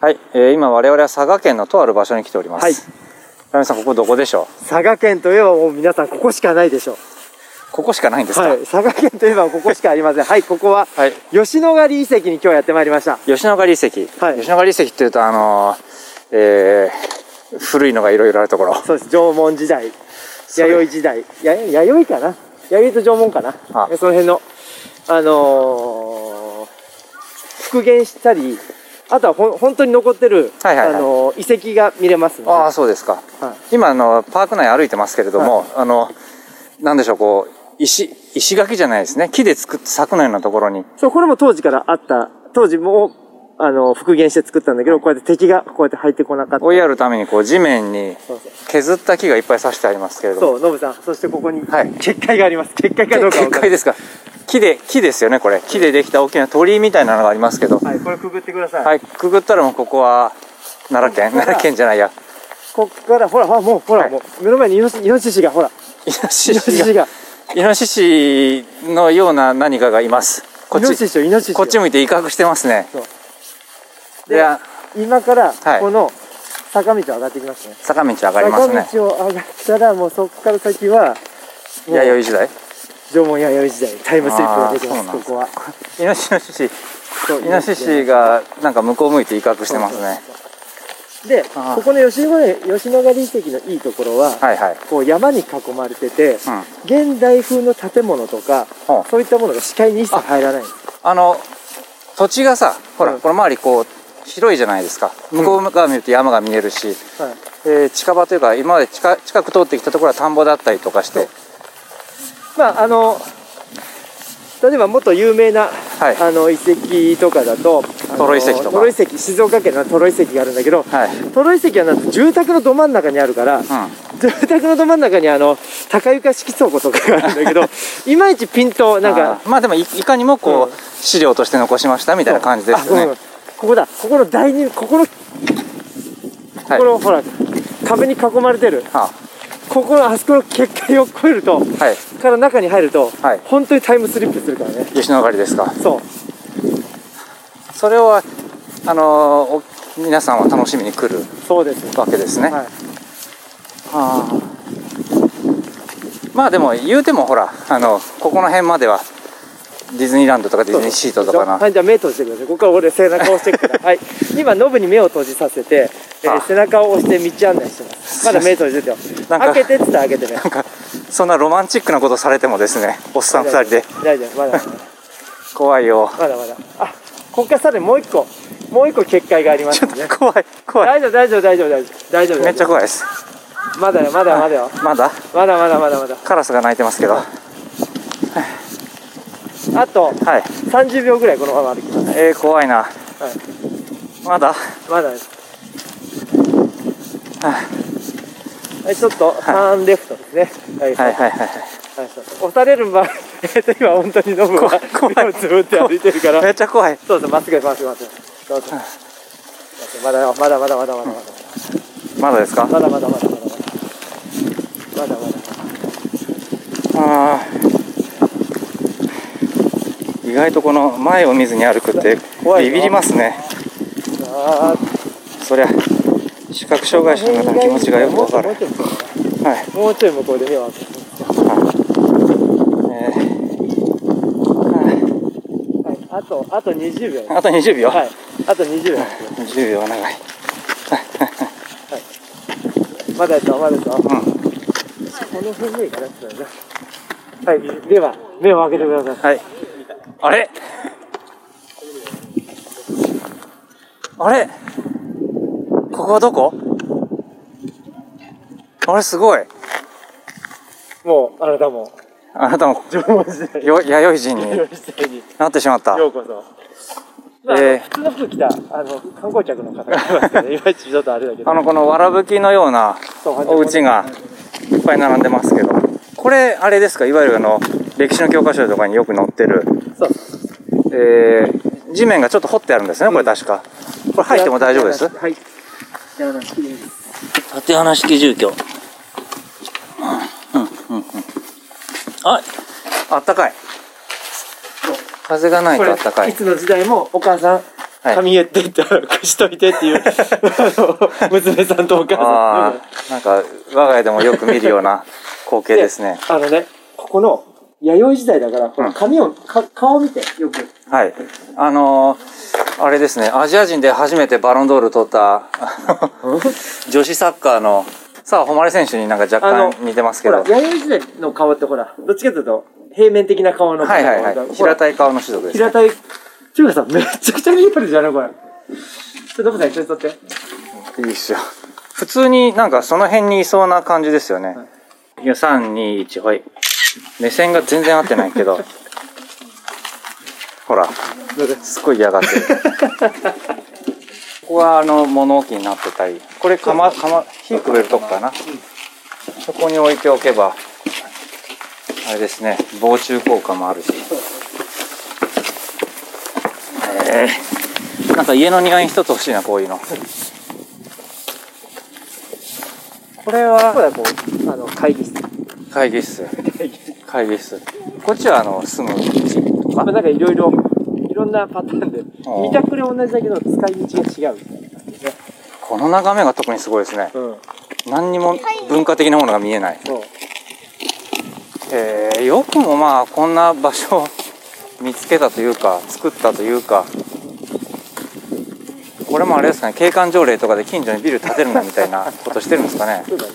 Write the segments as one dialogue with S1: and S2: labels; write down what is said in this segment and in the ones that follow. S1: はい、えー今我々は佐賀県のとある場所に来ております。
S2: はい
S1: ラミさん、ここどこでしょう
S2: 佐賀県といえばもう皆さんここしかないでしょ
S1: ここしかないんですか、
S2: はい佐賀県といえばここしかありませんはいここは
S1: はい
S2: 吉野ヶ里遺跡に今日やってまいりました
S1: 吉野ヶ里遺跡。
S2: はい
S1: 吉野ヶ里遺跡っていうと、あのーえー古いのがいろいろあるところ。
S2: そうです縄文時代
S1: れ
S2: 弥生時代や弥生かな弥生と縄文かな
S1: あ
S2: その辺のあのー復元したりあとはほん本当に残ってる、
S1: はいはいはい
S2: あのー遺跡が見れますので
S1: ああ、そうですか。
S2: は
S1: 今、あの、パーク内歩いてますけれども、あの、なんでしょう、こう、石、石垣じゃないですね。木で作った柵のようなところに。
S2: そう、これも当時からあった、当時も、あの、復元して作ったんだけど、こうやって敵がこうやって入ってこなかった。
S1: 追いやるために、こう、地面に
S2: そうそう
S1: 削った木がいっぱい刺してありますけれども。
S2: そう、ノブさん、そしてここに、
S1: はい
S2: 結界があります。結界かどうか
S1: 結
S2: わかん
S1: 界
S2: ない
S1: ですか木で、木ですよね、これ。木でできた大きな鳥居みたいなのがありますけど。
S2: はい、これくぐってください。
S1: はい、くぐったらもうここは、奈良県、
S2: ここだ
S1: 奈良県じゃないや。
S2: こっから、ほら、ほら、もう、ほら、
S1: はい
S2: もう、目の前にイノシイノシシが、ほら、
S1: イノ
S2: イ
S1: シ
S2: ノシ
S1: シ
S2: シ
S1: が、
S2: が、
S1: イノシシのような何かがいます。こ
S2: イノ
S1: っ
S2: シ
S1: ち、
S2: シよ、イノシシよ。
S1: こっち向いて威嚇してますね。
S2: で
S1: で、あ
S2: 今から
S1: はい、
S2: この、坂道を上がってきますね。
S1: 坂道上がりますね。
S2: 坂道を上がったら、もうそこから先は、もう
S1: 弥生時代
S2: 縄文弥生時代、タイムスリップができま
S1: あーそう
S2: す、
S1: なん
S2: こ
S1: です
S2: こは。
S1: イノシシ、イ
S2: そう
S1: ノシシがなんか向こう向いて威嚇してますね。
S2: で、
S1: あー
S2: ここの吉野吉野ヶ里遺跡のいいところは、
S1: はいはい。
S2: こう山に囲まれてて、
S1: うん。
S2: 現代風の建物とか、
S1: ほう
S2: そういったものが視界に一切入らないんです。
S1: あの、土地がさ、ほら、
S2: うん
S1: この周りこう、広いじゃないですか。向こう側見ると山が見えるし、
S2: はい、
S1: えー近場というか、今まで近近く通ってきたところは田んぼだったりとかして、
S2: まああの例えばもっと有名な、
S1: はい
S2: あの遺跡とかだとあの
S1: トロ遺跡とか
S2: トロ遺跡静岡県のトロ遺跡があるんだけど、
S1: はい。
S2: トロ遺跡はなんと住宅のど真ん中にあるから、
S1: うん。
S2: 住宅のど真ん中にあの高床式倉庫とかがあるんだけ どいまいちピンとなんか
S1: あーまあでもいいかにもこう、
S2: うん
S1: 資料として残しましたみたいな感じですよ
S2: あごめ
S1: ね
S2: んごめんここだここの第二ここのこ
S1: はい
S2: この、ほら壁に囲まれてる
S1: は
S2: ここのあそこの結界を越えると
S1: あはい
S2: から中に入ると、
S1: はい
S2: 本当にタイムスリップするからね
S1: 吉野ヶ里ですか
S2: そう
S1: それをあのーお皆さんは楽しみに来る
S2: そうです、
S1: わけですね、
S2: はい、
S1: あーまあでも言うてもほらあのここの辺まではディズニーランドとかディズニーシートとかな
S2: はいじゃあ目閉じてくださいここから俺背中を押してくから はい今ノブに目を閉じさせて、えー
S1: あ
S2: 背中を押して道案内してますまだ目閉じててよ
S1: なんか
S2: 開けてっつったら開け てね
S1: なんかそんなロマンチックなことされてもですねおっさん2人で
S2: 大丈夫まだまだ
S1: 怖いよ
S2: まだまだあここからさらにもう一個もう一個結界があります
S1: ちょ
S2: ね
S1: っと怖い怖い
S2: 大丈夫大丈夫大丈夫大丈夫大丈夫
S1: めっちゃ怖いです
S2: まだよまだよまだよ
S1: まだ
S2: まだまだまだまだ
S1: カラスが鳴いてますけどは
S2: あと
S1: い
S2: 30秒ぐらいこのまま歩きます
S1: えー、怖いな、まだ
S2: まだですはいちょっとターンレフトですねはい
S1: はい
S2: はい
S1: はいはい
S2: そう押される前えっと今本当にノブが
S1: 怖い
S2: 目をつぶって歩いてるから
S1: めっちゃ怖い
S2: そうそうまっすぐまっすぐまっすぐどうぞまだよまだまだまだまだまだ
S1: まだですか
S2: まだまだまだまだまだまだまだまだ
S1: あー意外とこの前を見ずに歩くって
S2: 怖い
S1: ビビ
S2: よ
S1: りますね
S2: あー
S1: そりゃ視覚障害者の方の気持ちがよくわかるは
S2: もう
S1: い
S2: ちょい向こうかなもうちょい向こうで目を開けて
S1: えー
S2: はいあとあと20秒
S1: あと20秒、
S2: はいあと20秒
S1: 20秒は長い
S2: まだやったまだやった
S1: うん
S2: この辺でいいかなはい、では、目を開けてくだ さい。
S1: はいあれあれここはどこあれすごい
S2: もう、あなたも、
S1: あなたも
S2: 縄文時代、
S1: よ弥生人に
S2: 弥生時代に
S1: なってしまった
S2: ようこそ。まあ、
S1: えー
S2: 普通の服着た、あの、観光客の方がいますけど、いまいちちょっとあれだけど。
S1: あのこのわらぶきのような
S2: そう
S1: お家がいっぱい並んでますけどこれあれですかいわゆるあの歴史の教科書とかによく載ってる、
S2: そう。
S1: えー地面がちょっと掘ってあるんですねこれ確か、これ入っても大丈夫です
S2: はい。じゃあ、好きです。
S3: 縦穴式住居。うん、うん、うん。あ、
S1: あったかい風がないとあったか
S2: い
S1: い
S2: つの時代もお母さん、
S1: はい
S2: 髪へってって暗くしといてっていう あの娘さんとお母
S1: あ
S2: さ
S1: あなんか我が家でもよく見るような光景ですね
S2: んあのねここの弥生時代だからほ
S1: う
S2: ら
S1: ん
S2: 髪をか顔を見てよく
S1: はいあのーあれですねアジア人で初めてバロンドール取ったあの女子サッカーのさあ誉選手になんか若
S2: あの
S1: 干似てますけ
S2: ほ
S1: ど
S2: ら弥生時代の顔ってほらどっちかというと平面的な顔の
S1: はいはい
S2: ほ
S1: は
S2: ら
S1: い平たい顔の種族です、
S2: 平
S1: ね、
S2: たい中華さんめっちゃくちゃリアルじゃないこれちょっとどこさん一緒に撮って
S1: いいっすよ普通になんかその辺にいそうな感じですよね、いや321はい目線が全然合ってないけどほら
S2: どうぞ
S1: すっごい嫌が ってるここはあの物置になってたりこれ釜釜火くべるとこかな、そこに置いておけばあれですね防虫効果もあるしえーなんか家の庭に一つ欲しいなこういうのこれ
S2: ここ
S1: は
S2: だこうあの会議室
S1: 会議室会議室こっちはあの住む家と
S2: まあ
S1: か
S2: なんかいろいろいろんなパターンで
S1: あー
S2: 見たくれ同じだけど使い道が違う
S1: この眺めが特にすごいですね
S2: うん
S1: 何にも文化的なものが見えない
S2: そう
S1: えーよくもまあこんな場所を 見つけたというか作ったというかこれもあれですかね景観条例とかで近所にビル建てるなみたいなことしてるんですかね
S2: そうだね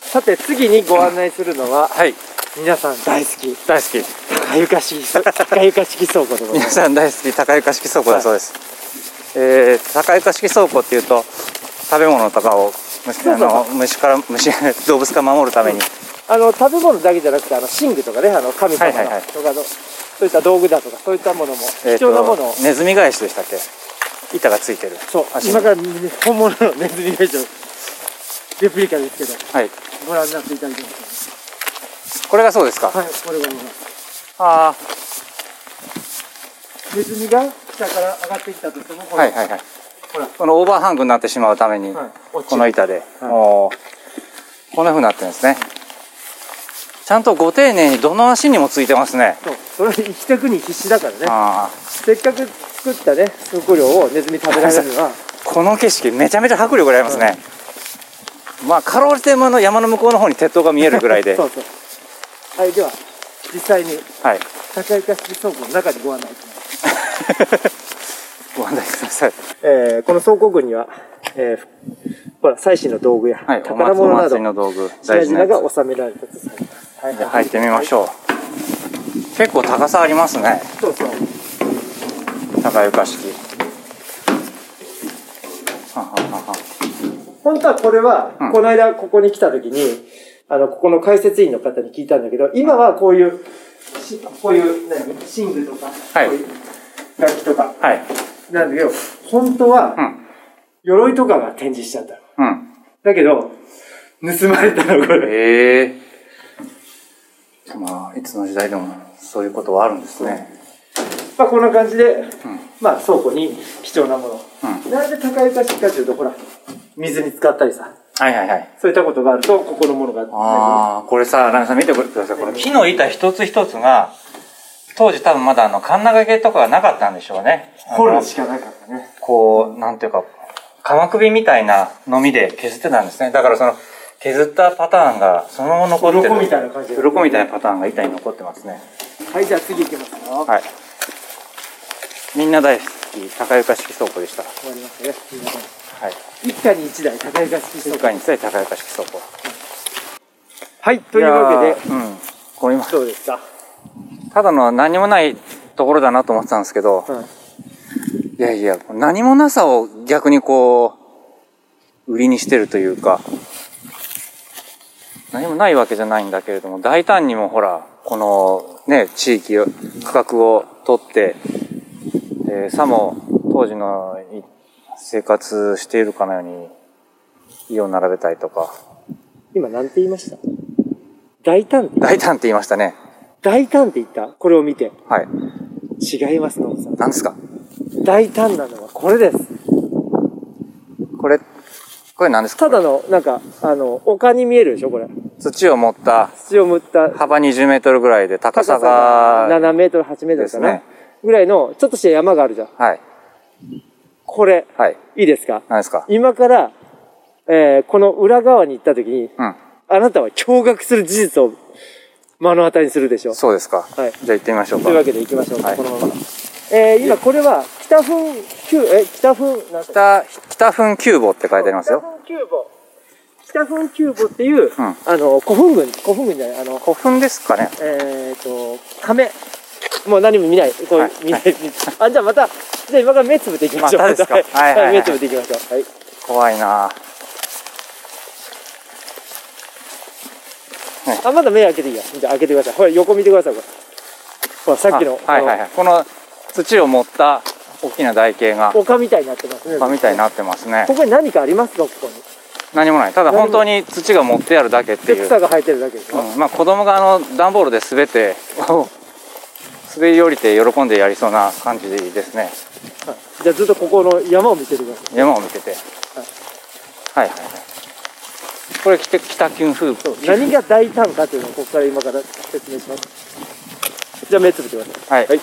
S2: さて次にご案内するのは
S1: はい
S2: 皆さん大好き
S1: 大好き
S2: 高床式高床式倉 庫でござい
S1: 皆
S2: ます
S1: さん大好き高床式倉庫だそうです、えー高床式倉庫っていうと食べ物とかを虫あの虫から虫 動物から守るために
S2: あの食べ物だけじゃなくてあの寝具とかねあの神様
S1: は
S2: のとか
S1: いはいはい
S2: のそういった道具だとかそういったものも
S1: えー
S2: 貴重なものを
S1: とネズミ返しでしたっけ板がついてる
S2: そう
S1: 足に
S2: 今から本物のネズミ会場レプリカですけど
S1: はい
S2: ご覧になっていただきます
S1: これがそうですか、
S2: はいこれがございます
S1: あ
S2: ネズミが下から上がってきたとしても
S1: あ
S2: これ
S1: はいはいはい
S2: ほら
S1: このオーバーハングになってしまうために、
S2: はい落ち
S1: この板で、
S2: はい
S1: おーこんな風になってるんですね、ちゃんとご丁寧にどの足にもついてますね
S2: そうそれは生きてくに必死だからね
S1: あ
S2: せっかく作ったね食料をネズミ食べられるのは
S1: ーこの景色めちゃめちゃ迫力がありますね、まあかろうじて山の山の向こうの方に鉄塔が見えるぐらいで
S2: そうそうはいでは実際に
S1: はい
S2: 高床式倉庫の中にご案内します、
S1: ご案内ください
S2: えー、この倉庫群には、えー、ほら祭祀の道具や、
S1: はいお
S2: 宝
S1: 祭お
S2: 物など
S1: 祭りの道具
S2: 品
S1: 大事な
S2: 々
S1: やつ
S2: が収められたとされますはい
S1: じゃあ入ってみましょう結構高さありますね
S2: そうそう
S1: 高床式はんはんはんはん
S2: 本当はこれは、
S1: うん
S2: この間ここに来た時に、あの、ここの解説員の方に聞いたんだけど、今はこういう、しこういう、何寝具とか、
S1: はい
S2: こういう楽器とか、
S1: はい
S2: なんだけど、本当は
S1: う、ん
S2: 鎧とかが展示しちゃったの。
S1: うん
S2: だけど、盗まれたの、こ
S1: へ
S2: れ。
S1: えまあいつの時代でもそういうことはあるんですね
S2: まあ、こんな感じで、まあ、倉庫に貴重なもの。
S1: う
S2: なんで高床式かというと、ほら、水に使ったりさ、
S1: はいはいはい
S2: そういったことがあると、ここのものが。
S1: ああこれさラミさん見てくださいこの木の板一つ一つが当時多分まだあのカンナ掛けとかがなかったんでしょうねあ
S2: 掘
S1: の
S2: るしかなかったね。
S1: こうなんていうか鎌首みたいなのみで削ってたんですねだからその削ったパターンがそのまま残ってる
S2: 鱗みたいな感じだね
S1: 鱗みたいなパターンが板に残ってますね
S2: はい、じゃあ次行きますよ。終
S1: はいみんな大好き高床式倉庫でしたは
S2: わりますね。すいません
S1: い
S2: 一家に一台高床式
S1: 静
S2: 倉庫
S1: かに伝え高床式倉庫
S2: はいというわけで
S1: で、うん、これ今
S2: どうですか、
S1: ただの何もないところだなと思ってたんですけど、
S2: うん、
S1: いやいや、何もなさを逆にこう、売りにしてるというか、何もないわけじゃないんだけれども、大胆にもほら、このね、地域を、区画を取って、えーさも当時のい生活しているかのように、家を並べたりとか、
S2: 今なんて言いました大胆って
S1: 大胆って言いましたね。
S2: 大胆って言ったこれを見て
S1: はい。
S2: 違いますのぶさん
S1: 何ですか
S2: 大胆なのはこれです
S1: これ、これ何ですか
S2: ただのなんかあの丘に見えるでしょこれ
S1: 土を持った
S2: 土を塗った
S1: 幅20メートルぐらいで高さ
S2: が
S1: が、
S2: 7メートル8メートル
S1: で
S2: か
S1: す
S2: な、
S1: ね
S2: ぐらいのちょっとした山があるじゃん
S1: はい。
S2: これ、
S1: はい。
S2: いいですか
S1: 何ですか
S2: 今から、えーこの裏側に行った時に、
S1: うん。
S2: あなたは驚愕する事実を目の当たりにするでしょ
S1: そうですか。
S2: はい。
S1: じゃあ行ってみましょう
S2: と
S1: か。
S2: いうわけで行きましょう、
S1: はい
S2: このまま。えー今これは、北墳九、え、北墳、なんて
S1: 北、北墳急墓って書いてありますよ。
S2: 北墳坊北墳九坊っていう、
S1: ん
S2: あの、古墳群、古墳群じゃない、あの、
S1: 古墳ですかね。
S2: えっ、と、亀。もう何も見ない。こう、
S1: はい
S2: 見ない。あ、じゃあまた、じゃあ今から目つぶっていきましょう。
S1: またですか
S2: はい
S1: はいはいはい
S2: 目つぶっていきましょう。はい。
S1: 怖いな
S2: あ、まだ目開けていいよ。じゃあ開けてください。ほら、横見てください、これ。ほら、さっきの、
S1: あはいはいはい。この土を持った大きな台形が
S2: あの、、丘みたいになってますね。
S1: 丘みたいになってますね
S2: こ。こに何かありますか、ここに。
S1: 何もない。ただ
S2: 何も
S1: 本当に土が持ってあるだけって
S2: で、
S1: いう。
S2: 草が生えてるだけですよ。
S1: うん、まあ子供があの段ボールで滑って、滑り降りて喜んでやりそうな感じですね。
S2: はいじゃあずっとここの山を見ててください。
S1: 山を見てて。はいはいはい。これ北北九風
S2: そう
S1: 風。
S2: 何が大胆かというのをここから今から説明します。じゃあ目つぶってください。
S1: はい。
S2: はい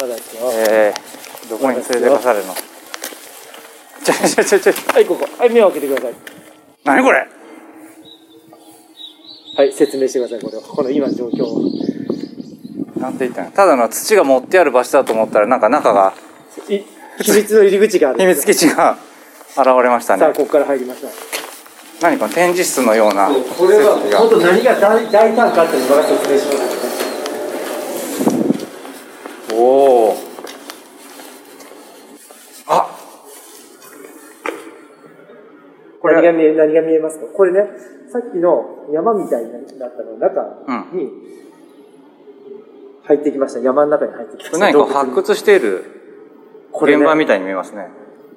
S2: まだですよ。
S1: えー、どこに連れてかされるのちょちょちょちょ、
S2: はい、ここ。はい、目を開けてください。
S1: 何これ
S2: はい、説明してください、これを。この今の状況を。
S1: なんて言ったのただの土が持ってある場所だと思ったら、なんか中が、
S2: い秘密の入り口がある。
S1: 秘密基地が現れました
S2: さあ、
S1: ね。
S2: ここから入りましょう。
S1: 何この展示室のような設
S2: これは、
S1: 備が
S2: 本。当何が大大胆かっていうのが説明します、
S1: おお。あこれ
S2: 何が見え、何が見えますかこれね、さっきの山みたいになったの中に、入ってきました。山の中に入ってきまし
S1: これ何か
S2: た。洞窟
S1: 発
S2: に
S1: 掘している
S2: これ
S1: 現
S2: ね
S1: 場みたいに見えますね。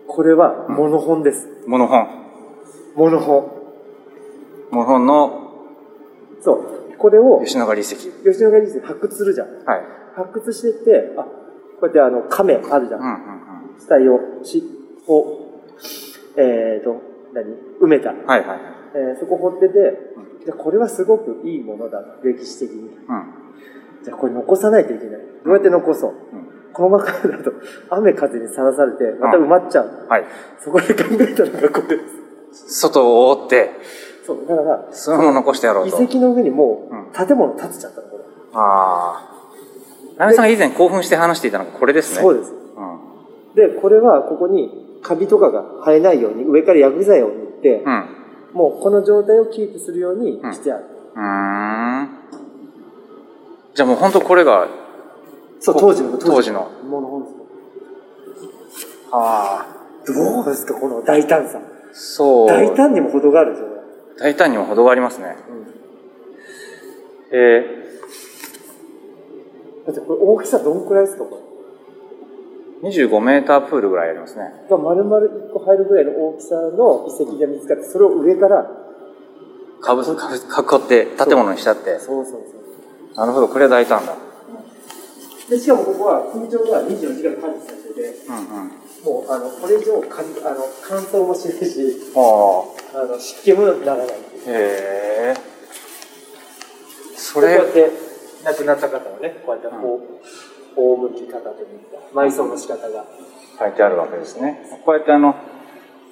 S2: これは、モノホンです。
S1: モノホン。
S2: モノホ
S1: モノホンの
S2: ン。そう。これを、
S1: 吉野ヶ里遺跡。
S2: 吉野ヶ里遺跡発掘するじゃん。
S1: はい。
S2: 発掘してって、あ、こうやってあの、亀あるじゃん。
S1: うんうん
S2: 死体を、死を、えーと、何埋めた。
S1: うん。はいはい。
S2: えーそこ掘ってて、じゃあこれはすごくいいものだ。歴史的
S1: う
S2: に。
S1: ん。
S2: じゃあこれ残さないといけない。どうやって残そう。このままだと、雨風にさらされて、また埋まっちゃう。
S1: はい。
S2: そこで考えたのがこれで
S1: 外を覆って、
S2: す。そう、だから、
S1: そのまま残してやろう
S2: 遺
S1: と。
S2: 跡の上にも
S1: うん
S2: う、建物建てちゃったの、これ。
S1: ああ。ラミさんが以前興奮して話していたのがこれですね。
S2: そうです。
S1: うん。
S2: で、これはここにカビとかが生えないように上から薬剤を塗って、
S1: うん。
S2: もうこの状態をキープするようにしてある。
S1: うーん。じゃあもう本当これが、
S2: そう、
S1: こ
S2: 当時の、
S1: 当時の。
S2: もの本です
S1: ああ。
S2: どうですか、この大胆さ。
S1: そう。
S2: 大胆にも程があるんですよね。
S1: 大胆にも程がありますね。え
S2: だってこれ大きさどんくらいですか、これ。
S1: ー、25メータープールぐらいありますね。
S2: が丸々1個入るぐらいの大きさの遺跡が見つかって、それを上から。
S1: かぶ、かぶ、囲って建物にしちゃって。
S2: そうそうそう。
S1: なるほど、これは大胆だ。
S2: で、しかもここは通常では24時間管理されてて、
S1: うんうん。
S2: もうあの、これ以上かんあの乾燥もしないし、
S1: あ
S2: あの湿気もならない。
S1: あ。へえ。そ
S2: こう
S1: れ
S2: やっ、て亡くなった方のねこうやってこう、うき方というか埋葬の仕方が
S1: 書いてあるわけですね。こうやってあの、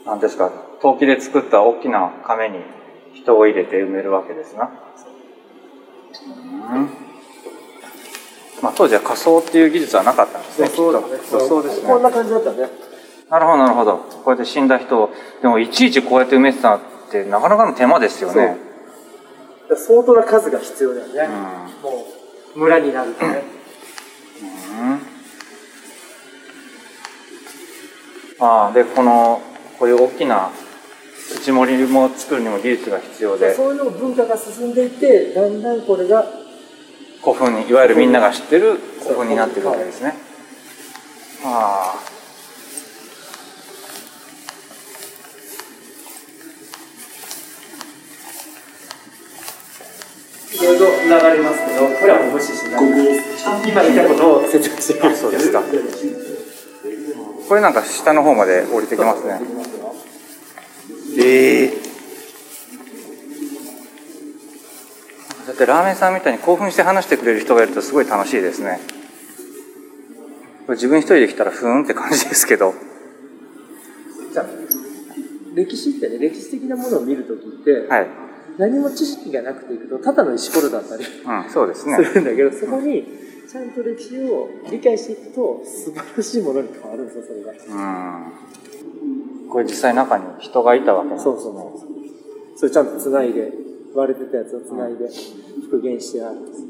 S1: なんですか、陶器で作った大きな亀に人を入れて埋めるわけですな。うん。まあ当時は仮装っていう技術はなかったんですね。きっとそうですね。
S2: こんな感じだったね
S1: なるほど、なるほど。こうやって死んだ人を、でもいちいちこうやって埋めてたってなかなかの手間ですよね。
S2: 相当な数が必要だよね、
S1: うん。
S2: もう村になるとね、
S1: うんああ、で、この、こういう大きな土盛りも作るにも技術が必要で、
S2: そういうのも文化が進んでいってだんだんこれが
S1: 古墳に、いわゆるみんなが知ってる古墳になってるわけですね。ああ。
S2: いろいろ流れますけどこれはもう無視しない今言ったことを説明してます
S1: そうですかこれなんか下の方まで降りてきますね。ええだってラーメンさんみたいに興奮して話してくれる人がいるとすごい楽しいですね自分一人で来たらふーんって感じですけど
S2: じゃあ歴史ってね歴史的なものを見るときって、
S1: はい
S2: 何も知識がなくていくとただの石ころだった りす
S1: うんそうですね
S2: るんだけど、そこにちゃんと歴史を理解していくと素晴らしいものに変わるんですよそれが、
S1: うんこれ実際中に人がいたわけなんです
S2: そうそうそうそうそれちゃんとつないで割れてたやつをつないで復元してあるんです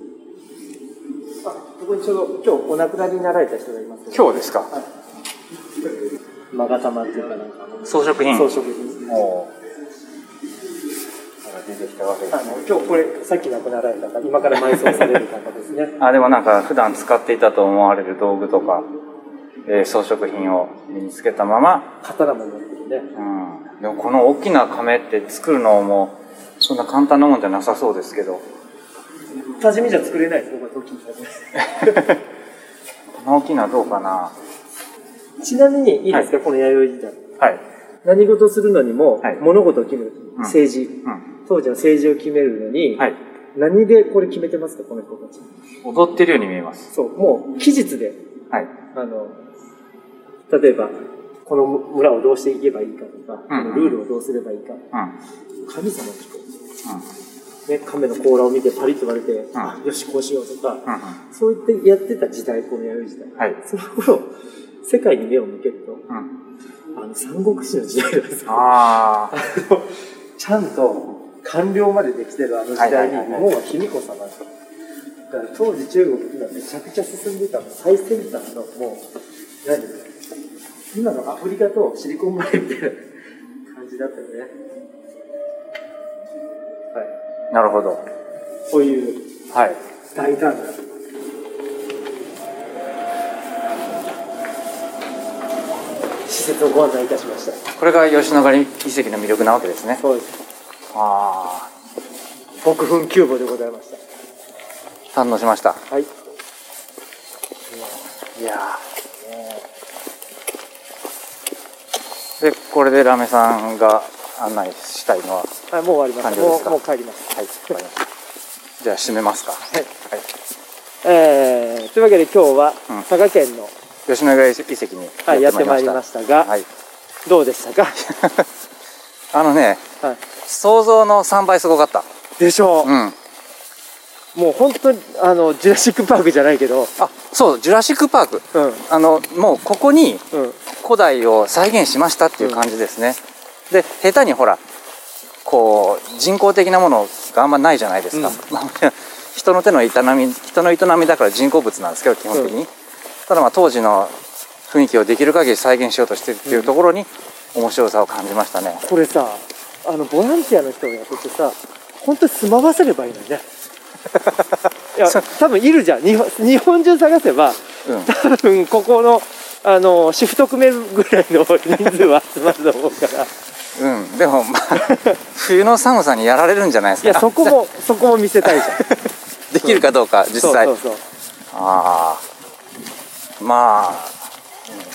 S2: あここにちょうど今日お亡くなりになられた人がいます、
S1: 今日ですか
S2: 日マガタマっていうかなんかあの
S1: 装飾品
S2: 装飾品
S1: もう出てきたわけで
S2: あ
S1: すね
S2: の今日これさっき亡くなられた方今から埋葬される方ですね
S1: あでもなんか普段使っていたと思われる道具とか、えー装飾品を身につけたまま、
S2: 刀も持ってるね
S1: うん、でもこの大きな亀って作るのもそんな簡単なもんじゃなさそうですけど
S2: 多治見じゃ作れないですねこれ時
S1: この大きなどうかな
S2: ちなみにいいですか、この弥生時代
S1: はい、
S2: 何事するのにも、
S1: はい
S2: 物事を決める、政治
S1: うん
S2: 当時の政治を決めるのに、
S1: はい、
S2: 何でこれ決めてますかこの人たち
S1: 踊ってるように見えます
S2: そうもう期日で
S1: はい
S2: あの例えばこの村をどうしていけばいいかとか、
S1: うんうん
S2: このルールをどうすればいいか
S1: うん
S2: 神様の人、ね、亀の甲羅を見てパリッと割れて、あよしこうしようと
S1: う
S2: か、
S1: ん
S2: そうやってやってた時代この弥生時代、
S1: はい
S2: その頃世界に目を向けると
S1: うんうん
S2: あの三国志の時代なんですよ
S1: ああ
S2: ちゃんと官僚までできてるあの時代に
S1: はいはいはい
S2: 日
S1: はい
S2: 本は卑弥呼様だだから当時中国がめちゃくちゃ進んでたの最先端のもう何今のアフリカとシリコンバレーみたいな感じだったよねはい
S1: なるほど
S2: そういう
S1: はい
S2: 大胆な施設をご案内いたしました
S1: これが吉野ヶ里遺跡の魅力なわけですね
S2: そうです
S1: あ
S2: 国分キューボでございました
S1: あ堪能しました
S2: はい
S1: いやーでこれでラメさんが案内したいのははい
S2: はい、もう終わりました。
S1: 完了
S2: も
S1: で
S2: う
S1: すか
S2: もう帰ります。
S1: わかりましたじゃあ締めますか
S2: はい。えー、というわけで今日は
S1: うん
S2: 佐賀県の、
S1: 吉野ヶ里遺跡に
S2: はい、やってまいりましたが、
S1: はい
S2: どうでした か、は
S1: あのね
S2: い、
S1: 想像の3倍すごかった
S2: でしょう、
S1: うん
S2: もう本当にあのジュラシック・パークじゃないけど、
S1: あそうジュラシック・パーク
S2: うん
S1: あのもうここに
S2: うん、
S1: 古代を再現しましたっていう感じですね、で下手にほらこう人工的なものがあんまないじゃないですか、人の手の営み人の営みだから人工物なんですけど基本的に、ただまあ当時の雰囲気をできる限り再現しようとしてるっていうところに面白さを感じましたね、
S2: これさあのボランティアの人がやっててさ本当に住まわせればいいの にねいや多分いるじゃん日本日本中探せば
S1: うん
S2: 多分ここのあのシフト組めるぐらいの人数は集まると思うから
S1: うんでもまあ 冬の寒さにやられるんじゃないです
S2: い
S1: か
S2: やそこもそこも見せたいじゃん
S1: できるかどうか実際
S2: そうそうそう
S1: ああまあ、うん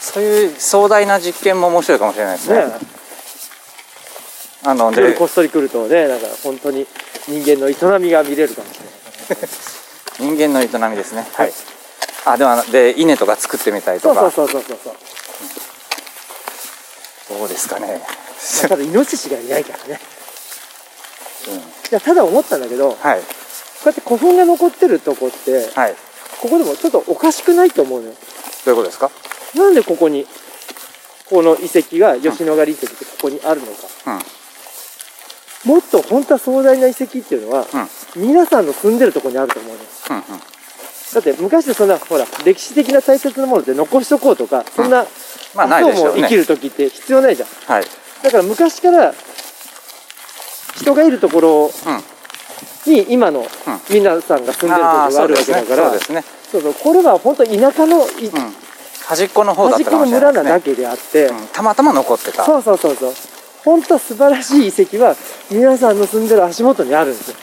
S1: そういう壮大な実験も面白いかもしれないですね。
S2: ね
S1: あの
S2: 夜
S1: で
S2: こっそり来るとねだから本当に人間の営みが見れるかもしれない
S1: 人間の営みですね。
S2: は
S1: はいい。あではで稲とか作ってみたりと
S2: そうそ
S1: か
S2: うそうそうそうそう、
S1: どうですかね。
S2: まあただイノシシがいないからね
S1: うん、
S2: いやただ思ったんだけどこ
S1: はいう
S2: やって古墳が残ってるとこって
S1: はい
S2: ここでもちょっとおかしくないと思うのよ
S1: どういうことですか。
S2: なんでここにこの遺跡が吉野ヶ里遺跡ってここにあるのか
S1: うん
S2: もっと本当は壮大な遺跡っていうのは、皆さんの住んでるとこにあると思うのよ
S1: うんうん
S2: だって昔ってそんなほら歴史的な大切なものって残しとこうとかそんな、
S1: まあないでしょうね
S2: も生きる時って必要ないじゃん
S1: はい
S2: だから昔から人がいるところ
S1: うん
S2: に今の皆さんが住んでるところ
S1: ああ
S2: が
S1: そ
S2: あ
S1: う
S2: る
S1: で
S2: わ
S1: す
S2: け
S1: ね
S2: だか
S1: そう
S2: ら
S1: ですね。
S2: そうそうこれは本当田舎のい
S1: うん端っこの方だっ
S2: 端った
S1: か
S2: こ
S1: も
S2: の
S1: しれないで
S2: 村な
S1: すね。
S2: だけであって、
S1: うんたまたま残ってた。
S2: そうそうそうそう本当素晴らしい遺跡は皆さんの住んでる足元にあるんですよ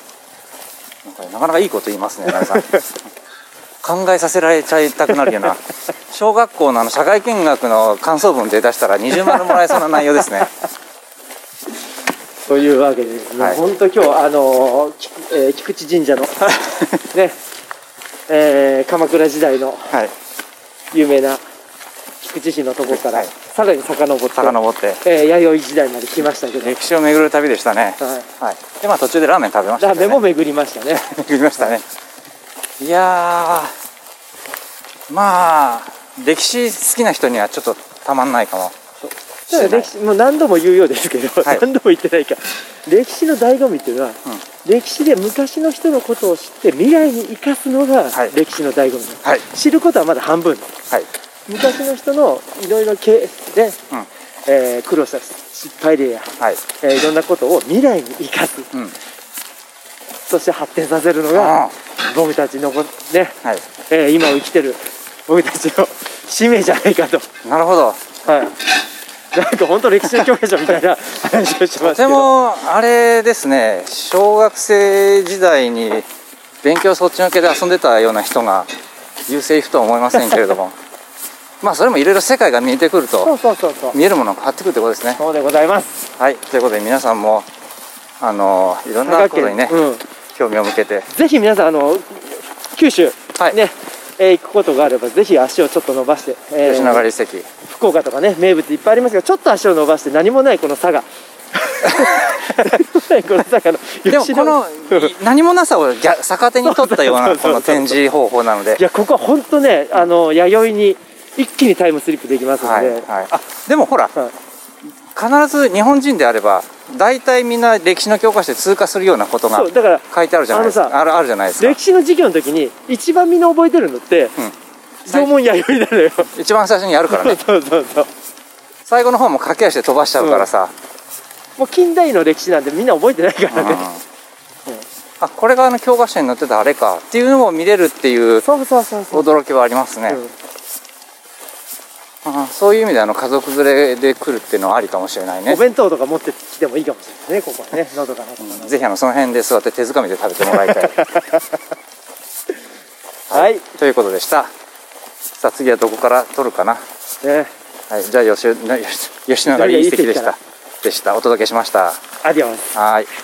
S1: なんかなかなかいいこと言いますね、奈良さ ん。考えさせられちゃいたくなるような。小学校のあの社会見学の感想文で出したら20丸もらえそうな内容ですね。
S2: というわけでですね、
S1: はい
S2: 本当今日、あのー菊えー菊池神社の、ね、えー鎌倉時代の
S1: はい。
S2: 有名な菊池市のところから、
S1: はい
S2: さらに遡って、
S1: 遡って、
S2: えー弥生時代まで来ましたけど、はい、
S1: 歴史を巡る旅でしたね。はい。で、まあ途中でラーメン食べました
S2: ラ
S1: け
S2: ー
S1: どね、
S2: メンも巡りました ね。
S1: 巡りましたね。いやー、まあ、歴史好きな人にはちょっとたまんないかも。
S2: ただ歴史もう何度も言うようですけど、
S1: はい
S2: 何度も言ってないか歴史の醍醐味っていうのは、歴史で昔の人のことを知って未来に生かすのが
S1: はい
S2: 歴史の醍醐味、
S1: はい。
S2: 知ることはまだ半分
S1: はい。
S2: 昔の人のいろいろ経で、
S1: うん
S2: えー苦労した失敗例や、
S1: はい。
S2: えーいろんなことを未来に生かす
S1: うん。
S2: そして発展させるの
S1: あ
S2: が僕たちのこ、ね
S1: あは
S2: えー今を生きてる僕たちの使命じゃないかと。
S1: い。なるほど。
S2: はいなんか本当歴史の教科書みたいな話をしてま
S1: と
S2: すけ
S1: て
S2: ど
S1: もあれですね小学生時代に勉強そっちのけで遊んでたような人が優勢いくとは思いませんけれども まあそれもいろいろ世界が見えてくる
S2: そ
S1: と
S2: うそうそうそう。
S1: 見えるものが変わってくるってことですね
S2: そうでございます。
S1: はいということで皆さんもあのいろんなことにね、
S2: うん。
S1: 興味を向けて
S2: ぜひ皆さん、あの、九州、
S1: はい、
S2: ね、えー行くことがあれば、ぜひ足をちょっと伸ばして、えー
S1: 吉野ヶ里遺跡
S2: 福岡とかね、名物いっぱいありますけど、ちょっと足を伸ばして、何もないこの 佐賀。何もないこの佐賀の
S1: でも
S2: 吉野
S1: このい何もなさを逆逆手に取ったよう
S2: そ
S1: な
S2: うそ
S1: こ
S2: うそうそう
S1: の展示方法なので
S2: いや、ここは本当ね、あの、弥生に一気にタイムスリップできますの
S1: はい
S2: で、
S1: はい、あでもほら、
S2: はい
S1: 必ず日本人であれば大体みんな歴史の教科書で通過するようなことが
S2: そう、だから、
S1: 書いてあるじゃないです
S2: あの
S1: か
S2: さ
S1: あるあるじゃないですか
S2: 歴史の授業の時に、一番みんな覚えてるのって、縄文弥生なのよ。
S1: 一番最初にやるからね
S2: そうそうそう。
S1: 最後の方も駆け足で飛ばしちゃうからさ、
S2: もう近代の歴史なんてみんな覚えてないか
S1: うん
S2: らね。
S1: あこれがあの教科書に載ってたあれかっていうのも見れるっていう
S2: そうそうそうそう。
S1: 驚きはありますね、
S2: うん
S1: あそういう意味であの家族連れで来るっていうのはありかもしれないね
S2: お弁当とか持ってきてもいいかもしれないですね、ここはね、喉がなく
S1: ぜひあのその辺で座って手づかみで食べてもらいた い
S2: はい、ね、
S1: ということでしたさあ次はどこから撮るかなはい、じゃあ吉吉吉野ヶ里遺跡でし
S2: じゃあ
S1: た。でした。お届けしました。
S2: アディオン。
S1: はーい。